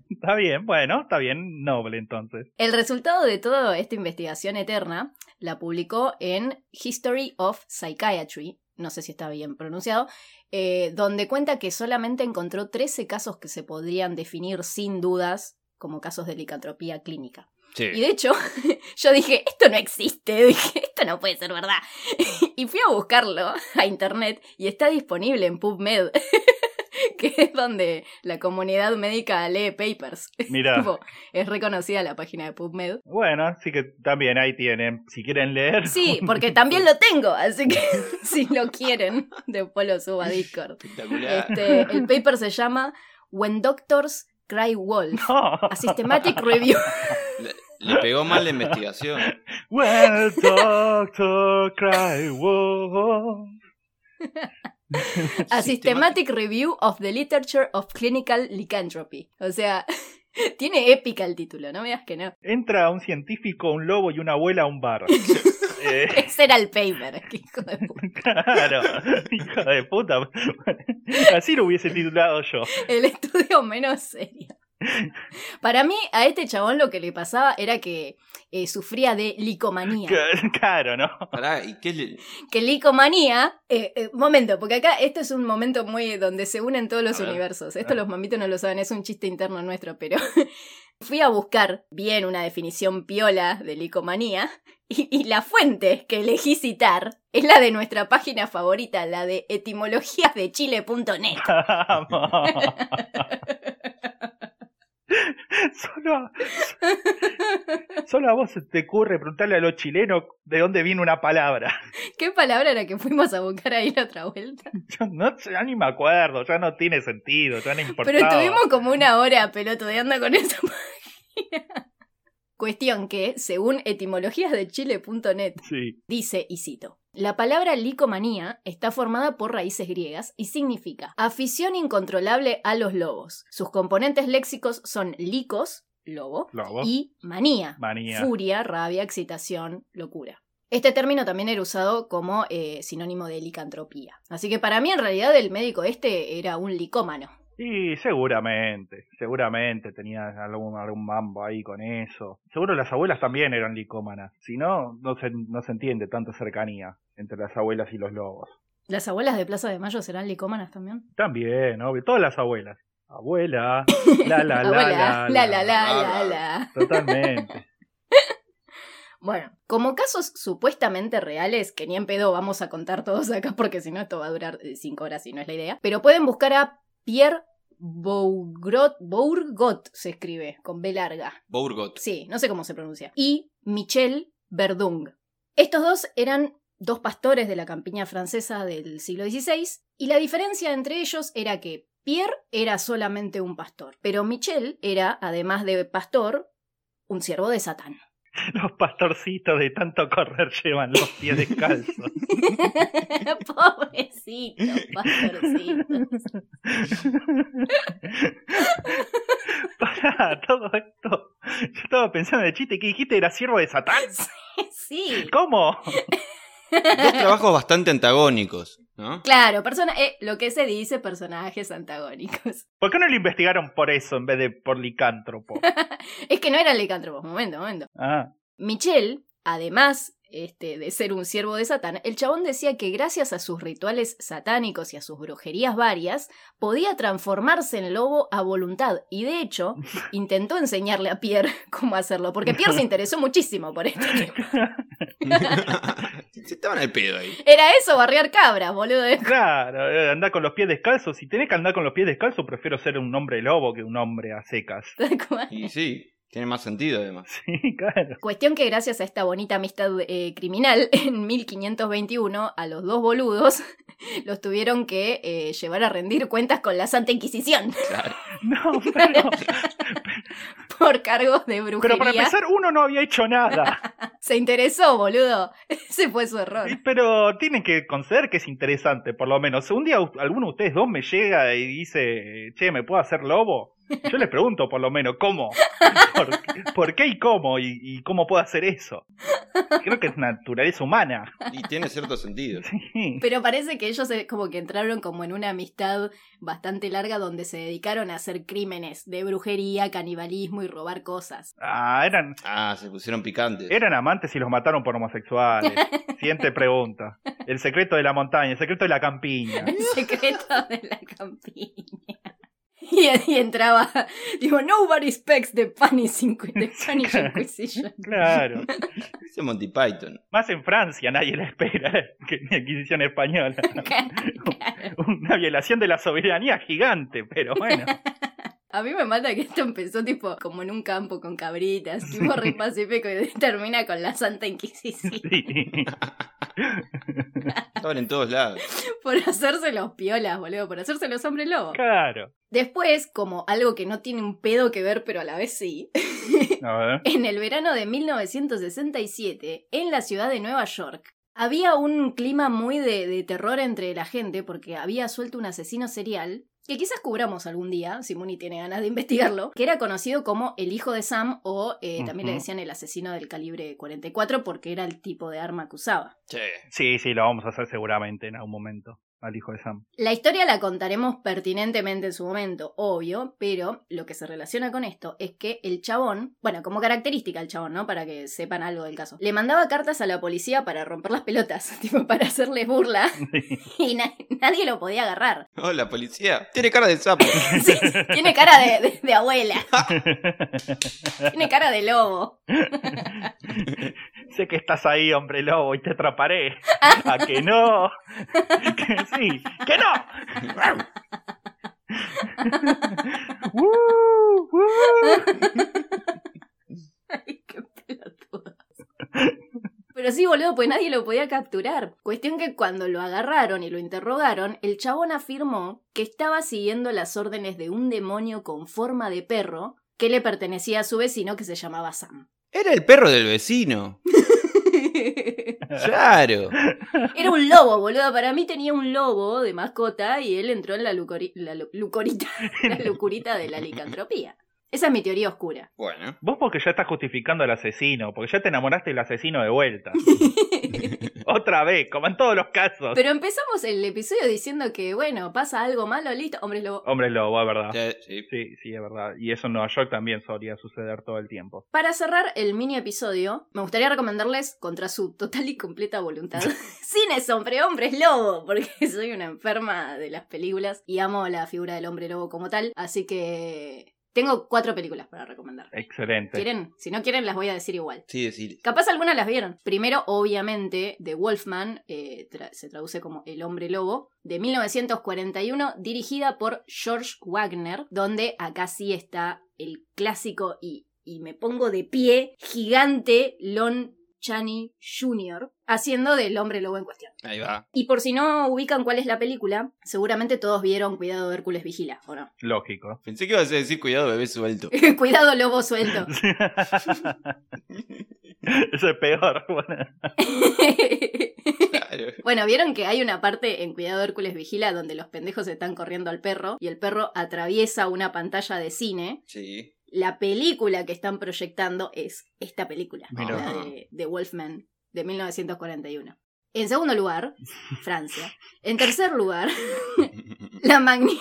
D: Está bien, bueno, está bien, noble entonces.
B: El resultado de toda esta investigación eterna la publicó en History of Psychiatry, no sé si está bien pronunciado, eh, donde cuenta que solamente encontró 13 casos que se podrían definir sin dudas como casos de licantropía clínica. Y
C: Sí.
B: de hecho, yo dije, esto no existe, dije, esto no puede ser verdad. Y fui a buscarlo a internet y está disponible en PubMed, que es donde la comunidad médica lee papers.
D: Mira.
B: Tipo, es reconocida la página de PubMed.
D: Bueno, así que también ahí tienen. Si quieren leer...
B: Sí, porque también lo tengo, así que si lo quieren, después lo subo a Discord.
C: Espectacular.
B: Este, el paper se llama When Doctors Cry Wolf.
D: No.
B: A Systematic Review.
C: Le, le pegó mal la investigación.
D: Well, Doctor Cry Wolf.
B: A Systematic Review of the Literature of Clinical Lycanthropy. O sea, tiene épica el título, no veas que no.
D: Entra un científico, un lobo y una abuela a un bar. Eh,
B: Ese era el paper, qué hijo de puta.
D: Claro, hijo de puta. Así lo hubiese titulado yo.
B: El estudio menos serio. Para mí, a este chabón lo que le pasaba era que eh, sufría de licomanía.
D: Claro, ¿no?
C: Pará, ¿y qué le-
B: que Licomanía. Eh, eh, momento, porque acá esto es un momento muy donde se unen todos los
C: A ver.
B: universos. Esto los mamitos no lo saben, es un chiste interno nuestro, pero fui a buscar bien una definición piola de licomanía. Y, y la fuente que elegí citar es la de nuestra página favorita, la de etimologíasdechile.net.
D: Vamos. Solo a, solo a vos se te ocurre preguntarle a los chilenos de dónde viene una palabra.
B: ¿Qué palabra era que fuimos a buscar ahí la otra vuelta?
D: Yo no, sé, ya ni me acuerdo, ya no tiene sentido, ya no importa.
B: Pero estuvimos como una hora pelotudeando con esa página. Cuestión que, según etimologíasdechile.net,
D: Sí.
B: Dice, y cito, la palabra licomanía está formada por raíces griegas y significa afición incontrolable a los lobos. Sus componentes léxicos son licos, lobo,
D: Lobo.
B: y manía,
D: Manía.
B: furia, rabia, excitación, locura. Este término también era usado como eh, sinónimo de licantropía. Así que para mí en realidad el médico este era un licómano.
D: Y seguramente, seguramente tenías algún, algún mambo ahí con eso. Seguro las abuelas también eran licómanas. Si no, no se, no se entiende tanta cercanía entre las abuelas y los lobos.
B: ¿Las abuelas de Plaza de Mayo serán licómanas también?
D: También, obvio. Todas las abuelas. Abuela, la la la
B: Abuela, la la la la
C: la,
B: la.
D: Totalmente.
B: Bueno, como casos supuestamente reales, que ni en pedo vamos a contar todos acá porque si no esto va a durar eh, cinco horas y no es la idea, pero pueden buscar a Pierre Bourgot, Bourgot se escribe, con B larga.
C: Bourgot.
B: Sí, no sé cómo se pronuncia. Y Michel Verdung. Estos dos eran dos pastores de la campiña francesa del siglo XVI, y la diferencia entre ellos era que Pierre era solamente un pastor, pero Michel era, además de pastor, un siervo de Satán.
D: Los pastorcitos de tanto correr llevan los pies descalzos.
B: Pobrecitos, pastorcitos.
D: Pará, todo esto. Yo estaba pensando en el chiste que dijiste era siervo de Satán.
B: Sí.
D: ¿Cómo?
C: Dos trabajos bastante antagónicos, ¿no?
B: Claro, persona, eh, lo que se dice personajes antagónicos.
D: ¿Por qué no lo investigaron por eso en vez de por licántropo?
B: Es que no eran licántropos, momento, momento.
D: Ah,
B: Michel, además este, de ser un siervo de Satán, el chabón decía que gracias a sus rituales satánicos y a sus brujerías varias, podía transformarse en lobo a voluntad. Y de hecho, intentó enseñarle a Pierre cómo hacerlo, porque Pierre se interesó muchísimo por este tema.
C: Se estaban al pedo ahí.
B: Era eso, barrear cabras, boludo.
D: claro, eh, andá con los pies descalzos. Si tenés que andar con los pies descalzos, prefiero ser un hombre lobo que un hombre a secas.
B: Tal cual.
C: Y sí, tiene más sentido además.
D: Sí, claro.
B: Cuestión que gracias a esta bonita amistad eh, criminal, en 1521 a los dos boludos los tuvieron que eh, llevar a rendir cuentas con la Santa Inquisición
C: Claro.
D: No, pero,
B: por cargos de brujería.
D: pero para empezar, uno no había hecho nada.
B: Se interesó, boludo. Ese fue su error.
D: Y- Pero tienen que conceder que es interesante, por lo menos. Un día u- alguno de ustedes dos me llega y dice, che, ¿me puedo hacer lobo? Yo les pregunto, por lo menos, ¿cómo? ¿Por, por qué y cómo? Y, y cómo puedo hacer eso? Creo que es naturaleza humana.
C: Y tiene cierto sentido.
D: Sí.
B: Pero parece que ellos eh, como que entraron como en una amistad bastante larga donde se dedicaron a hacer crímenes de brujería, canibalismo y robar cosas.
D: Ah, eran,
C: Ah, se pusieron picantes.
D: eran amantes y los mataron por homosexuales. Siguiente pregunta. El secreto de la montaña, el secreto de la campiña.
B: El secreto de la campiña. Y, y entraba, digo, nobody expects the Spanish, Inqui- the Spanish Inquisition.
D: Claro.
C: Ese Monty Python.
D: Más en Francia nadie la espera que la Inquisición española. Una violación de la soberanía gigante, pero bueno.
B: A mí me mata que esto empezó tipo como en un campo con cabritas, tipo re pacífico y termina con la Santa Inquisición.
D: Sí.
C: Estaban en todos lados.
B: Por hacerse los piolas, boludo, por hacerse los hombres lobos.
D: Claro.
B: Después, como algo que no tiene un pedo que ver, pero a la vez sí,
D: A ver.
B: en el verano de 1967, en la ciudad de Nueva York, había un clima muy de, de terror entre la gente porque había suelto un asesino serial que quizás cubramos algún día, si Muni tiene ganas de investigarlo, que era conocido como el hijo de Sam o eh, también le
D: Ujú.
B: decían el asesino del calibre 44 porque era el tipo de arma que usaba.
C: Che.
D: Sí, sí, lo vamos a hacer seguramente en algún momento. Al hijo de Sam.
B: La historia la contaremos pertinentemente en su momento, obvio, pero lo que se relaciona con esto es que el chabón, bueno, como característica el chabón, ¿no? Para que sepan algo del caso, le mandaba cartas a la policía para romper las pelotas, tipo para hacerles burla, y na- nadie lo podía agarrar.
C: Hola, Oh, policía. Tiene cara de sapo.
B: Sí, tiene cara de, de- de abuela, tiene cara de lobo.
D: sé que estás ahí, hombre lobo, y te atraparé. A que no. Que sí. Que no. Uh, uh.
B: Ay, qué pelotudo. Pero sí, boludo, pues nadie lo podía capturar. Cuestión que cuando lo agarraron y lo interrogaron, el chabón afirmó que estaba siguiendo las órdenes de un demonio con forma de perro que le pertenecía a su vecino que se llamaba Sam.
C: Era el perro del vecino.
B: Era
C: Claro.
B: un lobo, boludo. Para mí tenía un lobo de mascota y él entró en la, lucori- la lu- lucorita, la lucurita de la licantropía. Esa es mi teoría oscura.
C: Bueno.
D: Vos porque ya estás justificando al asesino, porque ya te enamoraste del asesino de vuelta. Otra vez, como en todos los casos.
B: Pero empezamos el episodio diciendo que, bueno, pasa algo malo, listo. Hombre lobo.
D: Hombre lobo, es verdad.
C: Ya, sí.
D: Sí, sí, es verdad. Y eso en Nueva York también solía suceder todo el tiempo.
B: Para cerrar el mini episodio, me gustaría recomendarles, contra su total y completa voluntad, Cine sobre hombres lobo, porque soy una enferma de las películas y amo la figura del hombre lobo como tal, así que tengo cuatro películas para recomendar.
D: Excelente.
B: ¿Quieren? Si no quieren, las voy a decir igual.
C: Sí, decir.
B: Capaz algunas las vieron. Primero, obviamente, The Wolfman, eh, tra- se traduce como El hombre lobo, de 1941, dirigida por George Wagner, donde acá sí está el clásico y, y me pongo de pie, gigante Lon Chani Jr., haciendo del hombre lobo en cuestión.
C: Ahí va.
B: Y por si no ubican cuál es la película, seguramente todos vieron Cuidado Hércules Vigila, ¿o no?
D: Lógico.
C: Pensé que ibas a decir cuidado, bebé suelto.
B: Cuidado Lobo Suelto.
D: Eso es peor. bueno.
C: Claro.
B: Bueno, vieron que hay una parte en Cuidado Hércules Vigila donde los pendejos están corriendo al perro y el perro atraviesa una pantalla de cine.
C: Sí.
B: La película que están proyectó es esta película,
D: Mirá.
B: la de, de Wolfman, de 1941. En segundo lugar, Francia. En tercer lugar, la, magni-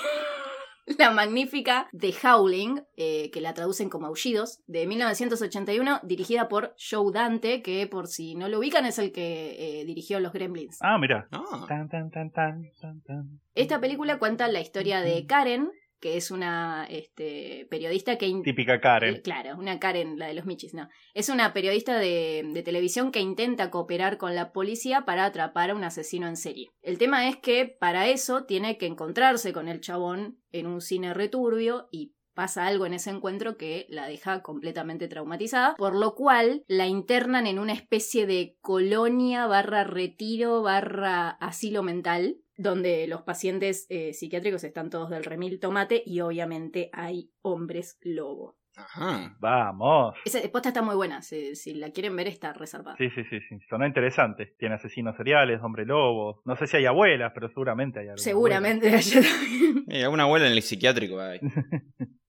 B: la magnífica The Howling, eh, que la traducen como Aullidos, de 1981, dirigida por Joe Dante, que por si no lo ubican es el que eh, dirigió Los Gremlins.
D: Ah, mira.
C: Ah,
D: Tan, tan, tan, tan, tan, tan.
B: Esta película cuenta la historia de Karen, que es una este, periodista que... in-
D: Típica Karen.
B: Eh, Claro, una Karen, la de los Michis, no. Es una periodista de, de televisión que intenta cooperar con la policía para atrapar a un asesino en serie. El tema es que para eso tiene que encontrarse con el chabón en un cine returbio y pasa algo en ese encuentro que la deja completamente traumatizada, por lo cual la internan en una especie de colonia barra retiro barra asilo mental donde los pacientes eh, psiquiátricos están todos del remil tomate y obviamente hay hombres lobo.
C: ajá.
D: Vamos.
B: Esa posta está muy buena. Si, si la quieren ver, está reservada.
D: Sí, sí, sí, sí. Sonó interesante. Tiene asesinos seriales, hombre lobo. No sé si hay abuelas, pero seguramente hay alguna
B: Seguramente. yo también.
C: Eh, alguna abuela en el psiquiátrico ahí.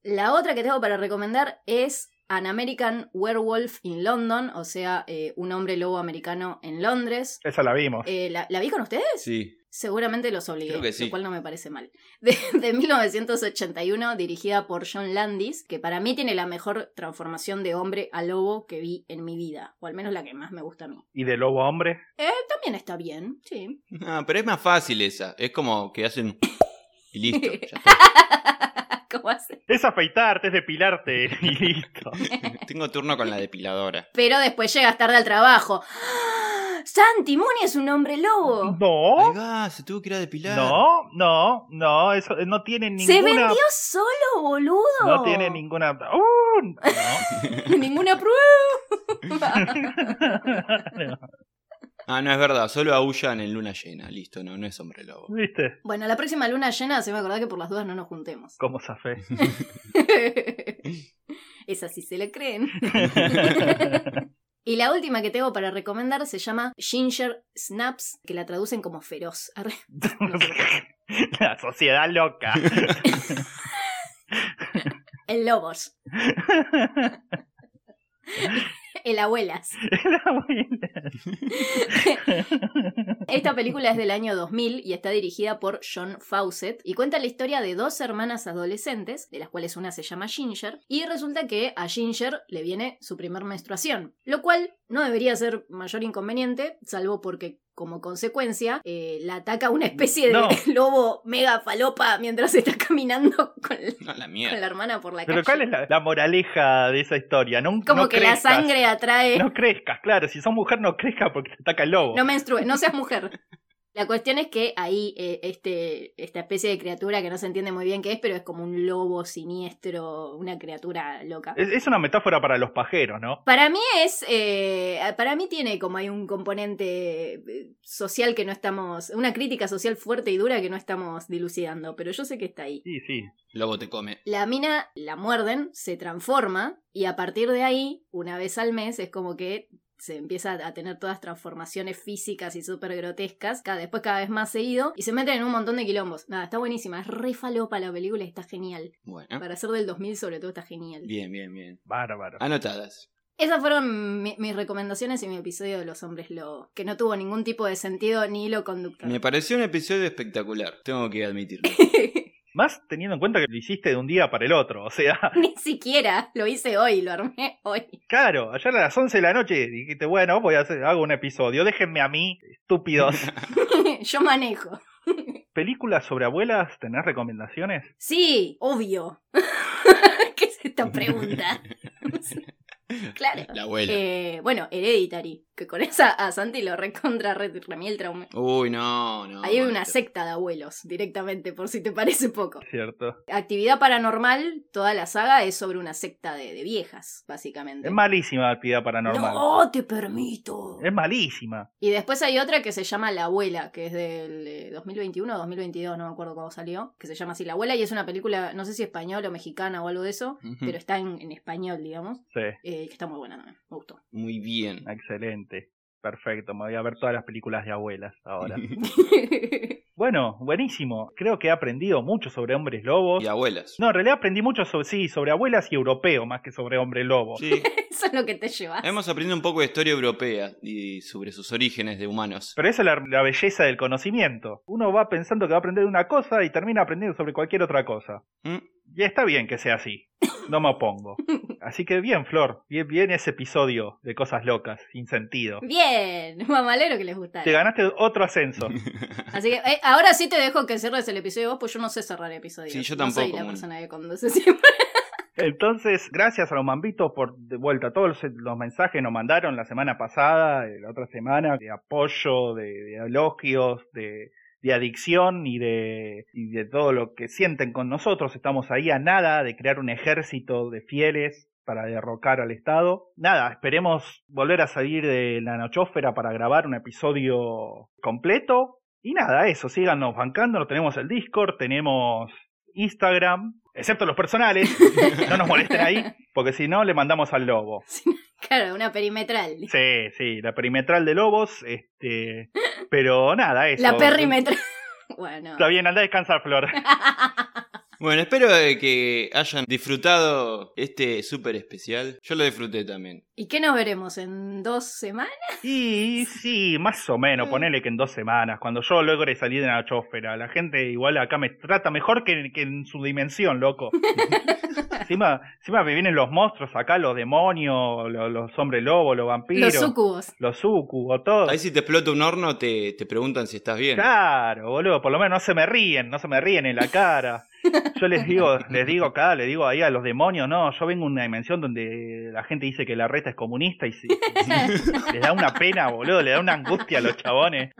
B: La otra que tengo para recomendar es An American Werewolf in London, o sea, eh, un hombre lobo americano en Londres.
D: abuela. Esa la vimos.
B: Eh, ¿la, la vi con ustedes?
C: Sí.
B: Seguramente los obligué,
C: Creo que sí.
B: lo cual no me parece mal. De, de 1981, dirigida por John Landis, que para mí tiene la mejor transformación de hombre a lobo que vi en mi vida, o al menos la que más me gusta a mí.
D: ¿Y de lobo a hombre?
B: Eh, también está bien, sí.
C: No, pero es más fácil esa. Es como que hacen. Y listo. ya
B: ¿Cómo hace?
D: Es afeitarte, es depilarte y listo.
C: está. Tengo turno con la depiladora.
B: pero después llegas tarde al trabajo. ¡Ah! ¡Santi Muni es un hombre lobo!
D: No,
C: Ahí va, se tuvo que ir a depilar.
D: Oh. no, no, no, eso eh, no tiene
B: ¡Se
D: ninguna.
B: vendió solo, boludo!
D: No tiene ninguna. ¡Uh!
B: ninguna prueba.
D: No.
C: Ah, no es verdad, solo aullan en luna llena. Listo, no, no es hombre lobo.
D: ¿Viste?
B: bueno, la próxima luna llena se me acordar que por las dudas no nos juntemos.
D: Cómo zafé.
B: Esa sí se la creen. Y la última que tengo para recomendar se llama Ginger Snaps, que la traducen como feroz. Arre, no sé por qué.
D: La sociedad loca.
B: El lobos. El abuelas.
D: La abuela.
B: Esta película es del año 2000 y está dirigida por John Fawcett y cuenta la historia de dos hermanas adolescentes, de las cuales una se llama Ginger, y resulta que a Ginger le viene su primer menstruación, lo cual no debería ser mayor inconveniente, salvo porque como consecuencia eh, la ataca una especie de
D: No.
B: lobo mega falopa mientras está caminando con la,
C: No, la
B: con
C: mierda.
B: la hermana por la calle.
D: Pero ¿cuál es la, la moraleja de esa historia? No,
B: Como
D: no
B: que
D: crezcas.
B: la sangre atrae...
D: No crezcas, claro. Si sos mujer, no crezcas porque te ataca el lobo.
B: No menstrue, no seas mujer. La cuestión es que ahí eh, este, esta especie de criatura que no se entiende muy bien qué es, pero es como un lobo siniestro, una criatura loca.
D: Es, es una metáfora para los pajeros, ¿no?
B: Para mí es, eh, para mí tiene como hay un componente eh, social que no estamos, una crítica social fuerte y dura que no estamos dilucidando, pero yo sé que está ahí.
D: Sí, sí.
C: Lobo te come.
B: La mina la muerden, se transforma y a partir de ahí, una vez al mes, es como que se empieza a tener todas transformaciones físicas y súper grotescas, cada, después cada vez más seguido, y se meten en un montón de quilombos. Nada, está buenísima, es re falopa la película, y está genial.
C: Bueno.
B: Para ser del 2000 sobre todo está genial.
C: Bien, bien, bien.
D: Bárbaro.
C: Anotadas.
B: Esas fueron mi- mis recomendaciones y mi episodio de Los Hombres Lobo, que no tuvo ningún tipo de sentido ni hilo conductor.
C: Me pareció un episodio espectacular, tengo que admitirlo.
D: Más teniendo en cuenta que lo hiciste de un día para el otro. O sea,
B: ni siquiera lo hice hoy, lo armé hoy.
D: claro, ayer a las 11 de la noche dijiste, bueno, voy a hacer, hago un episodio. Déjenme a mí, estúpidos.
B: Yo manejo.
D: ¿Películas sobre abuelas? ¿Tenés recomendaciones?
B: Sí, obvio. ¿Qué es esta pregunta? Claro.
C: La abuela.
B: Eh, bueno, Hereditary, que con esa a Santi lo recontra re, remiel trauma.
C: Uy, no, no.
B: Ahí hay una
C: secta
B: secta de abuelos, directamente, por si te parece poco.
D: ¿Cierto?
B: Actividad paranormal, toda la saga es sobre una secta de, de viejas, básicamente.
D: Es malísima la actividad paranormal.
B: No te permito.
D: Es malísima.
B: Y después hay otra que se llama La Abuela, que es del eh, 2021 o 2022, no me acuerdo cómo salió, que se llama así La Abuela y es una película, no sé si española o mexicana o algo de eso,
C: Ujú.
B: pero está en, en español, digamos,
D: Sí,
B: eh, que está muy buena también, me gustó.
C: Muy bien.
D: excelente. Perfecto, me voy a ver todas las películas de abuelas ahora. bueno, buenísimo. Creo que he aprendido mucho sobre hombres lobos.
C: y abuelas.
D: No, en realidad aprendí mucho sobre, sí, sobre abuelas y europeo más que sobre hombre lobo.
C: Sí.
B: eso es lo que te llevas.
C: Hemos aprendido un poco de historia europea y sobre sus orígenes de humanos.
D: Pero esa es la, la belleza del conocimiento. Uno va pensando que va a aprender una cosa y termina aprendiendo sobre cualquier otra cosa.
C: Mm.
D: Y está bien que sea así. No me opongo. Así que bien, Flor. Bien, bien ese episodio de cosas locas, sin sentido.
B: Bien, mamalero que les gustara.
D: Te ganaste otro ascenso.
B: Así que eh, ahora sí te dejo que cierres el episodio vos, pues yo no sé cerrar episodios.
C: Sí, yo
B: No soy
C: tampoco,
B: la
C: bueno.
B: persona que conduce siempre.
D: Entonces, gracias a los mambitos por de vuelta todos los, los mensajes que nos mandaron la semana pasada, eh, la otra semana, de apoyo, de, de elogios, de, de adicción y de, y de todo lo que sienten con nosotros. Estamos ahí a nada de crear un ejército de fieles para derrocar al Estado. Nada, esperemos volver a salir de la nochósfera para grabar un episodio completo. Y nada, eso, síganos bancando, tenemos el Discord, tenemos Instagram, excepto los personales, no nos molesten ahí, porque si no le mandamos al lobo.
B: Claro, una perimetral.
D: Sí, sí, la perimetral de lobos, este, pero nada, eso.
B: La perimetral. Bueno.
D: Está bien, anda a descansar, Flor.
C: Bueno, espero eh, que hayan disfrutado este súper especial. Yo lo disfruté también.
B: ¿Y qué nos veremos en dos semanas?
D: Y sí, más o menos, ponele que en dos semanas, cuando yo logre salir de la chófera, la gente igual acá me trata mejor que, que en su dimensión, loco. encima, encima me vienen los monstruos acá, los demonios, los, los hombres lobos, los vampiros,
B: Los sucubos.
D: los sucubos, todo.
C: Ahí si te explota un horno te, te preguntan si estás bien.
D: Claro, boludo, por lo menos no se me ríen, no se me ríen en la cara. Yo les digo, les digo acá, les digo ahí a los demonios, no, yo vengo de una dimensión donde la gente dice que la reta es comunista y se- les da una pena, boludo, le da una angustia a los chabones.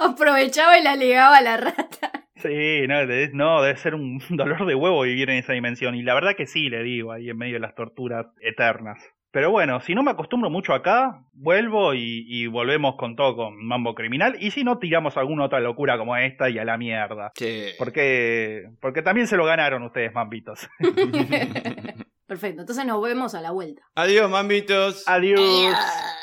B: Aprovechaba y la ligaba a la rata.
D: Sí, no, de- no, debe ser un dolor de huevo vivir en esa dimensión. Y la verdad que sí, le digo, ahí en medio de las torturas eternas. Pero bueno, si no me acostumbro mucho acá, vuelvo y, y volvemos con todo con Mambo Criminal. Y si no, tiramos alguna otra locura como esta y a la mierda.
C: Che.
D: Porque, porque también se lo ganaron ustedes, mambitos.
B: Perfecto, entonces nos vemos a la vuelta.
C: Adiós, mamitos.
D: Adiós. Ah.
B: Adiós.